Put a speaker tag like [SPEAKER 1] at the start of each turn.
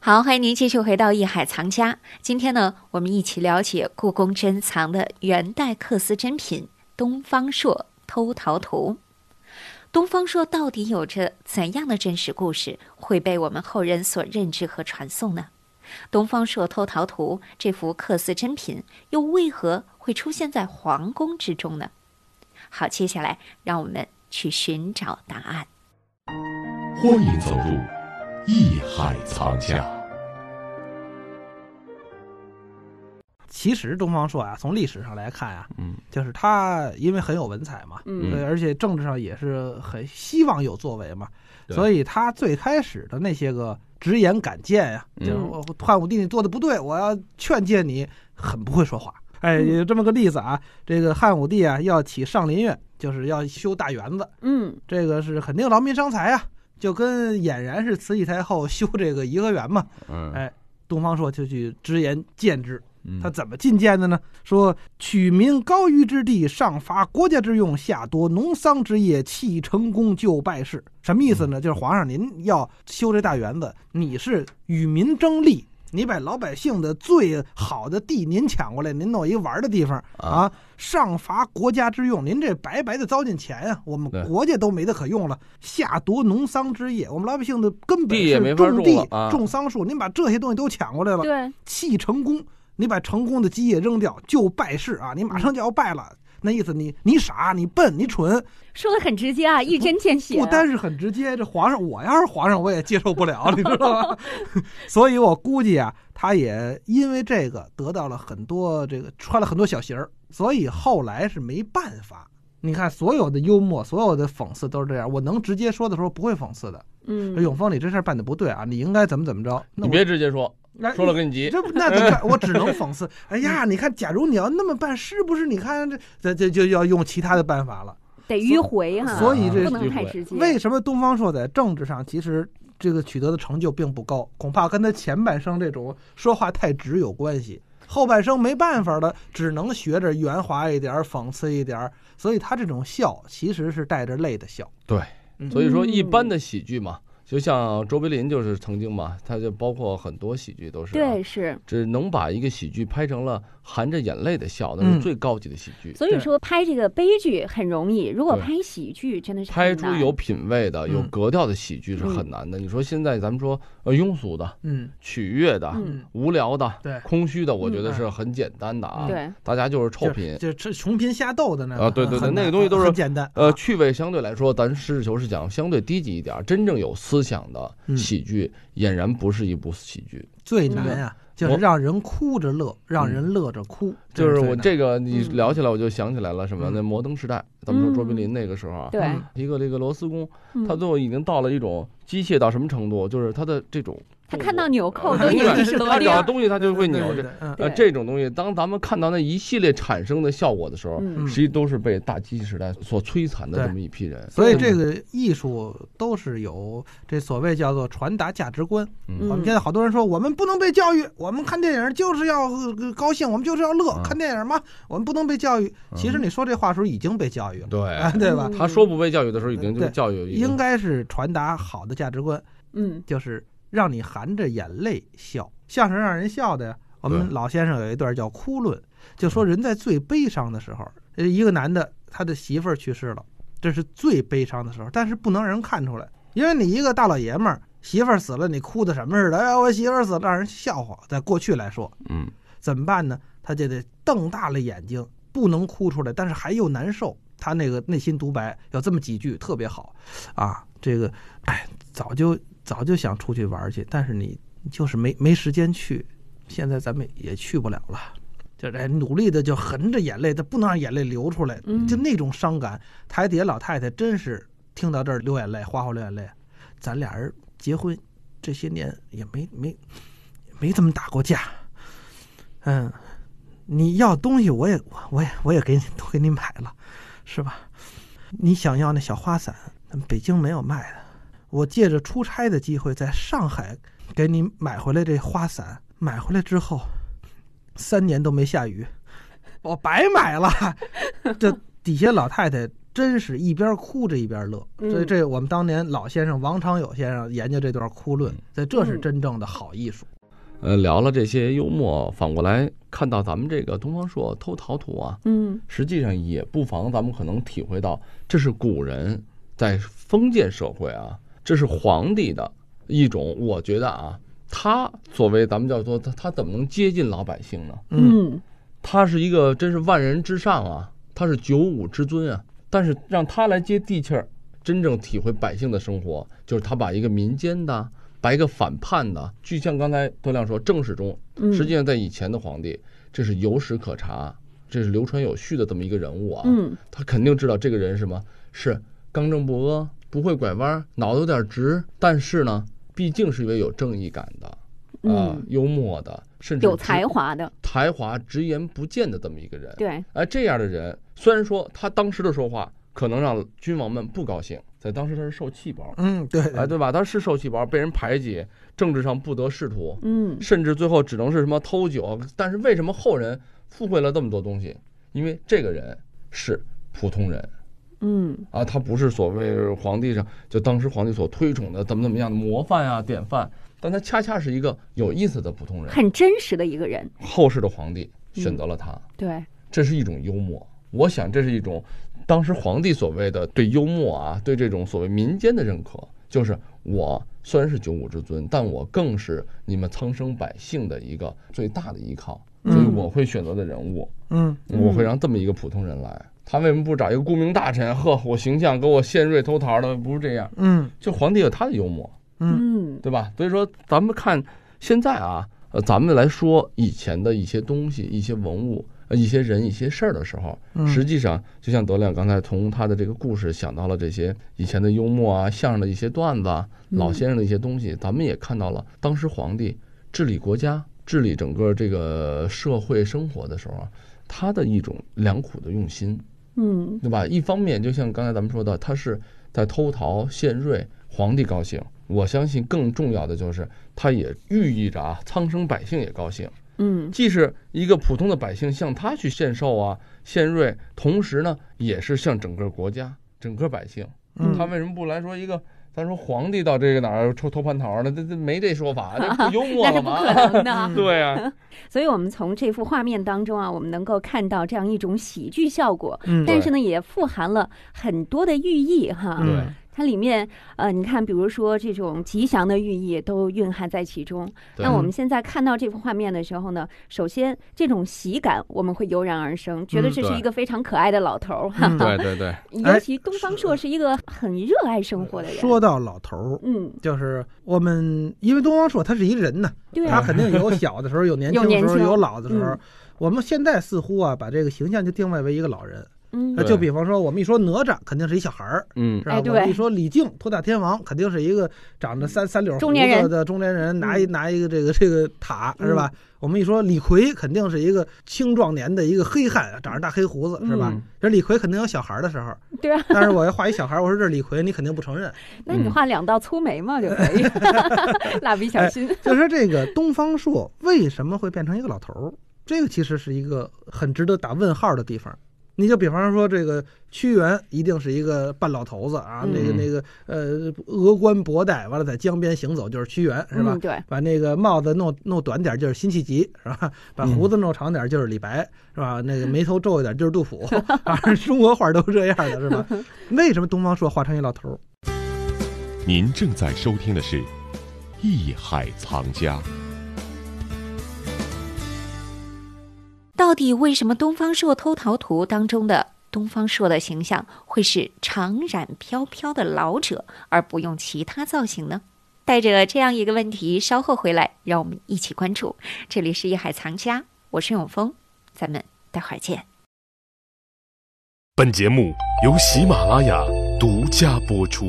[SPEAKER 1] 好，欢迎您继续回到《艺海藏家》。今天呢，我们一起了解故宫珍藏的元代缂丝珍品《东方朔偷桃图》。东方朔到底有着怎样的真实故事，会被我们后人所认知和传颂呢？《东方朔偷桃图》这幅缂丝珍品，又为何会出现在皇宫之中呢？好，接下来让我们去寻找答案。
[SPEAKER 2] 欢迎走入艺海藏家。
[SPEAKER 3] 其实东方朔啊，从历史上来看啊，
[SPEAKER 2] 嗯，
[SPEAKER 3] 就是他因为很有文采嘛，
[SPEAKER 4] 嗯
[SPEAKER 3] 对，而且政治上也是很希望有作为嘛，
[SPEAKER 2] 对
[SPEAKER 3] 所以他最开始的那些个直言敢谏呀、
[SPEAKER 2] 嗯
[SPEAKER 3] 就是我汉武帝你做的不对，我要劝谏你，很不会说话。哎，
[SPEAKER 4] 嗯
[SPEAKER 3] 有这么个例子啊，这个汉武帝啊要起上林苑，就是要修大园子，
[SPEAKER 4] 嗯
[SPEAKER 3] 这个是肯定劳民伤财啊，就跟俨然是慈禧太后修这个颐和园嘛。
[SPEAKER 2] 嗯，
[SPEAKER 3] 哎东方朔就去直言谏之，
[SPEAKER 2] 嗯
[SPEAKER 3] 他怎么进谏的呢？说取民高于之地，上伐国家之用，下夺农桑之业，弃成功就败事。什么意思呢？就是皇上您要修这大园子，你是与民争利，你把老百姓的最好的地您抢过来，您弄一玩儿的地方
[SPEAKER 2] 啊
[SPEAKER 3] 啊，上伐国家之用，您这白白的糟践钱啊，我们
[SPEAKER 2] 对
[SPEAKER 3] 国家都没得可用了。下夺农桑之业，我们老百姓的根本
[SPEAKER 2] 地也没
[SPEAKER 3] 是
[SPEAKER 2] 法
[SPEAKER 3] 种
[SPEAKER 2] 种
[SPEAKER 3] 地
[SPEAKER 2] 了啊
[SPEAKER 3] 种桑树，您把这些东西都抢过来了。
[SPEAKER 4] 对，
[SPEAKER 3] 弃成功，你把成功的基业扔掉，就败事啊！你马上就要败了。那意思你你傻你笨你蠢，
[SPEAKER 4] 说的很直接啊，一针见血
[SPEAKER 3] 不。单是很直接，这皇上我要是皇上我也接受不了，你知道吗？ 所以我估计啊，他也因为这个得到了很多这个穿了很多小鞋儿，所以后来是没办法。你看，所有的幽默，所有的讽刺都是这样。我能直接说的时候不会讽刺的。说
[SPEAKER 4] 嗯，
[SPEAKER 3] 永丰，你这事儿办的不对啊，你应该怎么怎么着。那我
[SPEAKER 2] 你别直接说，
[SPEAKER 3] 来
[SPEAKER 2] 说了跟你急。
[SPEAKER 3] 这不那怎么办？我只能讽刺。哎呀，你看，假如你要那么办，是不是？你看这这这就要用其他的办法了。
[SPEAKER 4] 得迂回哈，
[SPEAKER 3] 所以这
[SPEAKER 4] 不能太直接。
[SPEAKER 3] 为什么东方朔在政治上其实这个取得的成就并不高？恐怕跟他前半生这种说话太直有关系。后半生没办法了，只能学着圆滑一点儿，讽刺一点儿。所以他这种笑其实是带着泪的笑。
[SPEAKER 2] 所以说，一般的喜剧嘛，就像卓别林就是曾经嘛，他就包括很多喜剧都是、啊，
[SPEAKER 4] 对，是，
[SPEAKER 2] 只能把一个喜剧拍成了含着眼泪的笑，那
[SPEAKER 3] 嗯
[SPEAKER 2] 是最高级的喜剧。
[SPEAKER 4] 所以
[SPEAKER 3] 对
[SPEAKER 4] 说拍这个悲剧很容易，如果
[SPEAKER 2] 对
[SPEAKER 4] 拍喜剧真的是
[SPEAKER 2] 拍
[SPEAKER 4] 很
[SPEAKER 2] 出
[SPEAKER 4] 难
[SPEAKER 2] 有品位的、有
[SPEAKER 3] 嗯
[SPEAKER 2] 格调的喜剧是
[SPEAKER 4] 嗯
[SPEAKER 2] 很难的。你说现在咱们说呃庸俗的、
[SPEAKER 3] 嗯
[SPEAKER 2] 取悦的、
[SPEAKER 4] 嗯，
[SPEAKER 2] 无聊的、
[SPEAKER 3] 对，
[SPEAKER 2] 空虚的，我觉得
[SPEAKER 3] 嗯
[SPEAKER 2] 是很简单的啊。
[SPEAKER 3] 嗯
[SPEAKER 4] 对，
[SPEAKER 2] 大家就是臭贫。
[SPEAKER 3] 就是就是穷贫瞎斗的那个
[SPEAKER 2] 啊对对对
[SPEAKER 3] 很
[SPEAKER 2] 那个东西都是
[SPEAKER 3] 很简单。
[SPEAKER 2] 呃，
[SPEAKER 3] 啊
[SPEAKER 2] 趣味相对来说，咱实事求是讲，相对低级一点儿。真正有思想的
[SPEAKER 3] 嗯
[SPEAKER 2] 喜剧，俨然不是一部喜剧。
[SPEAKER 3] 最难啊，就是
[SPEAKER 2] 我
[SPEAKER 3] 让人哭着乐，让人乐着哭。
[SPEAKER 2] 嗯就是
[SPEAKER 3] 最
[SPEAKER 2] 我
[SPEAKER 3] 难
[SPEAKER 2] 这个你
[SPEAKER 4] 嗯
[SPEAKER 2] 聊起来，我就想起来了什么？
[SPEAKER 3] 嗯
[SPEAKER 2] 那摩登时代，咱们说卓别
[SPEAKER 4] 嗯
[SPEAKER 2] 林那个时候啊，
[SPEAKER 4] 对，
[SPEAKER 3] 嗯
[SPEAKER 2] 一个这个螺丝工，
[SPEAKER 4] 嗯
[SPEAKER 2] 他最后已经到了一种机械到什么程度？就是他的这种
[SPEAKER 4] 他
[SPEAKER 2] 动作，
[SPEAKER 4] 看到纽扣
[SPEAKER 2] 呃
[SPEAKER 4] 都
[SPEAKER 2] 对
[SPEAKER 4] 以为是
[SPEAKER 2] 他
[SPEAKER 4] 螺
[SPEAKER 2] 找
[SPEAKER 4] 钉
[SPEAKER 2] 到
[SPEAKER 4] 儿，
[SPEAKER 2] 东西他就会扭
[SPEAKER 3] 对对
[SPEAKER 2] 这
[SPEAKER 3] 对
[SPEAKER 2] 呃
[SPEAKER 4] 对
[SPEAKER 2] 这种东西。当咱们看到那一系列产生的效果的时候，
[SPEAKER 4] 嗯
[SPEAKER 3] 嗯
[SPEAKER 2] 实际都是被大机器时代所摧残的
[SPEAKER 3] 对
[SPEAKER 2] 这么一批人。
[SPEAKER 3] 所以这
[SPEAKER 2] 嗯
[SPEAKER 3] 个艺术都是有这所谓叫做传达价值观。
[SPEAKER 2] 嗯
[SPEAKER 3] 我们
[SPEAKER 4] 嗯
[SPEAKER 3] 现在好多人说，我们不能被教育，我们看电影就是要呃高兴，我们就是要乐
[SPEAKER 2] 嗯，
[SPEAKER 3] 看电影嘛，我们不能被教育。其实你说这话的时候已经被教育了，
[SPEAKER 2] 对，
[SPEAKER 3] 啊，对吧？
[SPEAKER 4] 嗯
[SPEAKER 2] 哎他说不被教育的时候，已经就是
[SPEAKER 3] 对
[SPEAKER 2] 教育已经
[SPEAKER 3] 应该是传达好的价值观，
[SPEAKER 4] 嗯
[SPEAKER 3] 就是让你含着眼泪笑，相声让人笑的呀。我们
[SPEAKER 2] 对
[SPEAKER 3] 老先生有一段叫《哭论》，就说人在最悲伤的时候，呃一个男的他的媳妇儿去世了，这是最悲伤的时候，但是不能让人看出来，因为你一个大老爷们儿媳妇儿死了，你哭的什么似的？哎呀，我媳妇儿死了，让人笑话。在过去来说，
[SPEAKER 2] 嗯
[SPEAKER 3] 怎么办呢？他就得瞪大了眼睛，不能哭出来，但是还又难受。他那个内心独白有这么几句特别好，啊，这个，哎，早就早就想出去玩儿去，但是你就是没没时间去，现在咱们也去不了了。就是哎努力的就含着眼泪，他不能让眼泪流出来，
[SPEAKER 4] 嗯
[SPEAKER 3] 就那种伤感。台底下老太太真是听到这儿流眼泪，哗哗流眼泪。咱俩人结婚这些年也没没没怎么打过架，嗯，你要东西我也我我也我也给你都给你买了，是吧？你想要那小花伞，咱们北京没有卖的，我借着出差的机会在上海给你买回来这花伞。买回来之后， 三年都没下雨，我白买了。这底下老太太真是一边哭着一边乐。
[SPEAKER 4] 嗯
[SPEAKER 3] 所以这我们当年老先生王长友先生研究这段哭论
[SPEAKER 2] 嗯，
[SPEAKER 3] 所以这是
[SPEAKER 4] 嗯
[SPEAKER 3] 真正的好艺术。
[SPEAKER 2] 呃，聊了这些幽默，反过来看到咱们这个东方朔偷陶土啊，
[SPEAKER 4] 嗯
[SPEAKER 2] 实际上也不妨咱们可能体会到，这是古人在封建社会啊，这是皇帝的一种，我觉得啊，他作为咱们叫做他，他怎么能接近老百姓呢？
[SPEAKER 4] 嗯
[SPEAKER 2] 他是一个真是万人之上啊，他是九五之尊啊，但是让他来接地气儿，真正体会百姓的生活，就是他把一个民间的。把一个反叛的，就像刚才段亮说，正史中
[SPEAKER 4] 嗯，
[SPEAKER 2] 实际上在以前的皇帝，这是有史可查，这是流传有序的这么一个人物啊。
[SPEAKER 4] 嗯
[SPEAKER 2] 他肯定知道这个人是什么，是刚正不阿，不会拐弯，脑子有点直，但是呢，毕竟是一位有正义感的，啊、
[SPEAKER 4] 嗯，
[SPEAKER 2] 幽默的，甚至
[SPEAKER 4] 有才华的，
[SPEAKER 2] 直才华直言不见的这么一个人。
[SPEAKER 4] 对，
[SPEAKER 2] 哎，这样的人，虽然说他当时的说话可能让君王们不高兴，在当时他是受气包，
[SPEAKER 3] 嗯，对，
[SPEAKER 2] 哎，对吧？他是受气包，被人排挤，政治上不得仕途，
[SPEAKER 4] 嗯
[SPEAKER 2] 甚至最后只能是什么偷酒。但是为什么后人附会了这么多东西？因为这个人是普通人
[SPEAKER 4] 嗯
[SPEAKER 2] 啊，他不是所谓皇帝上就当时皇帝所推崇的怎么怎么样的模范啊、典范，但他恰恰是一个有意思的普通人。
[SPEAKER 4] 很真实的一个人，
[SPEAKER 2] 后世的皇帝选择了他，
[SPEAKER 4] 对，
[SPEAKER 2] 这是一种幽默。我想这是一种当时皇帝所谓的对幽默啊，对这种所谓民间的认可，就是我虽然是九五之尊，但我更是你们苍生百姓的一个最大的依靠，所以
[SPEAKER 3] 嗯
[SPEAKER 2] 我会选择的人物，
[SPEAKER 3] 嗯
[SPEAKER 4] 嗯
[SPEAKER 2] 我会让这么一个普通人来。他为什么不找一个顾命大臣？呵，我形象给我献瑞偷桃的，不是这样。
[SPEAKER 3] 嗯
[SPEAKER 2] 就皇帝有他的幽默，
[SPEAKER 4] 嗯
[SPEAKER 2] 对吧？所以说，咱们看现在啊，呃，咱们来说以前的一些东西、一些文物、呃一些人、一些事儿的时候，
[SPEAKER 3] 嗯，
[SPEAKER 2] 实际上就像德亮刚才从他的这个故事想到了这些以前的幽默啊、相声的一些段子啊、
[SPEAKER 4] 嗯
[SPEAKER 2] 老先生的一些东西，咱们也看到了当时皇帝治理国家、治理整个这个社会生活的时候啊，他的一种良苦的用心。
[SPEAKER 4] 嗯
[SPEAKER 2] 对吧？一方面，就像刚才咱们说的，他是在偷桃献瑞，皇帝高兴。我相信更重要的就是，他也寓意着啊，苍生百姓也高兴。
[SPEAKER 4] 嗯
[SPEAKER 2] 既是一个普通的百姓向他去献寿啊、献瑞，同时呢，也是向整个国家、整个百姓。
[SPEAKER 3] 嗯
[SPEAKER 2] 他为什么不来说一个？咱说皇帝到这个哪儿偷偷蟠桃呢？这这没这说法，这不幽 默
[SPEAKER 4] 那
[SPEAKER 2] 了
[SPEAKER 4] 是不可
[SPEAKER 2] 吗？
[SPEAKER 4] 能的。
[SPEAKER 2] 对啊，
[SPEAKER 4] 所以，我们从这幅画面当中啊，我们能够看到这样一种喜剧效果，
[SPEAKER 3] 嗯
[SPEAKER 4] 但是呢，也富含了很多的寓意哈。
[SPEAKER 2] 对
[SPEAKER 3] 嗯
[SPEAKER 4] 它里面呃，你看，比如说这种吉祥的寓意都蕴含在其中。
[SPEAKER 2] 对
[SPEAKER 4] 那我们现在看到这幅画面的时候呢，首先这种喜感我们会油然而生，觉得
[SPEAKER 3] 嗯
[SPEAKER 4] 这是
[SPEAKER 2] 对
[SPEAKER 4] 一个非常可爱的老头儿。
[SPEAKER 3] 嗯
[SPEAKER 2] 对对对，
[SPEAKER 4] 尤其东方朔是一个很热爱生活的
[SPEAKER 2] 哎
[SPEAKER 4] 人。
[SPEAKER 3] 说到老头儿，
[SPEAKER 4] 嗯，
[SPEAKER 3] 就是我们，因为东方朔他是一人呐，
[SPEAKER 4] 对
[SPEAKER 3] 他
[SPEAKER 4] 啊，
[SPEAKER 3] 肯定有小的时候，有年轻
[SPEAKER 4] 有
[SPEAKER 3] 的时候，
[SPEAKER 4] 年轻
[SPEAKER 3] 有老的时候
[SPEAKER 4] 嗯。
[SPEAKER 3] 我们现在似乎啊，把这个形象就定位为一个老人。
[SPEAKER 4] 嗯
[SPEAKER 3] 那
[SPEAKER 2] 对
[SPEAKER 3] 就比方说，我们一说哪吒，肯定是一小孩儿，
[SPEAKER 2] 嗯
[SPEAKER 3] 是，吧？
[SPEAKER 4] 哎
[SPEAKER 3] 我
[SPEAKER 4] 对嗯
[SPEAKER 3] 们一说李靖，托塔天王，肯定是一个长着三三绺
[SPEAKER 4] 中年
[SPEAKER 3] 胡子
[SPEAKER 4] 人
[SPEAKER 3] 的中年人，拿一
[SPEAKER 4] 嗯
[SPEAKER 3] 拿一个这个这个塔，是吧？我们一说李逵，肯定是一个青壮年的一个黑汉，长着大黑胡子，是吧
[SPEAKER 2] 嗯？
[SPEAKER 3] 这李逵肯定有小孩儿的时候，
[SPEAKER 4] 对啊。
[SPEAKER 3] 但是我要画一小孩儿，我说这是李逵，你肯定不承认。
[SPEAKER 4] 那
[SPEAKER 3] 嗯
[SPEAKER 4] 你画两道粗眉毛就可 以，蜡笔小新。
[SPEAKER 3] 就说这个东方朔为什么会变成一个老头儿？这个其实是一个很值得打问号的地方。你就比方说，这个屈原一定是一个半老头子啊，
[SPEAKER 4] 嗯
[SPEAKER 3] 那个那个呃，峨冠博带，完了在江边行走就是屈原，是吧？
[SPEAKER 4] 嗯，对，
[SPEAKER 3] 把那个帽子弄弄短点儿就是辛弃疾，是
[SPEAKER 4] 嗯
[SPEAKER 3] 吧？把胡子弄长点儿就是李白，是吧？那个眉头皱一点儿就是杜 甫，啊，中国画都是这样的，是吧？为什么东方朔画成一老头儿？
[SPEAKER 5] 您正在收听的是《艺海藏家》。
[SPEAKER 1] 到底为什么《东方朔偷桃图》当中的东方朔的形象会是长髯飘飘的老者，而不用其他造型呢？带着这样一个问题，稍后回来，让我们一起关注。这里是《艺海藏家》，我是永峰，咱们待会儿见。
[SPEAKER 5] 本节目由喜马拉雅独家播出。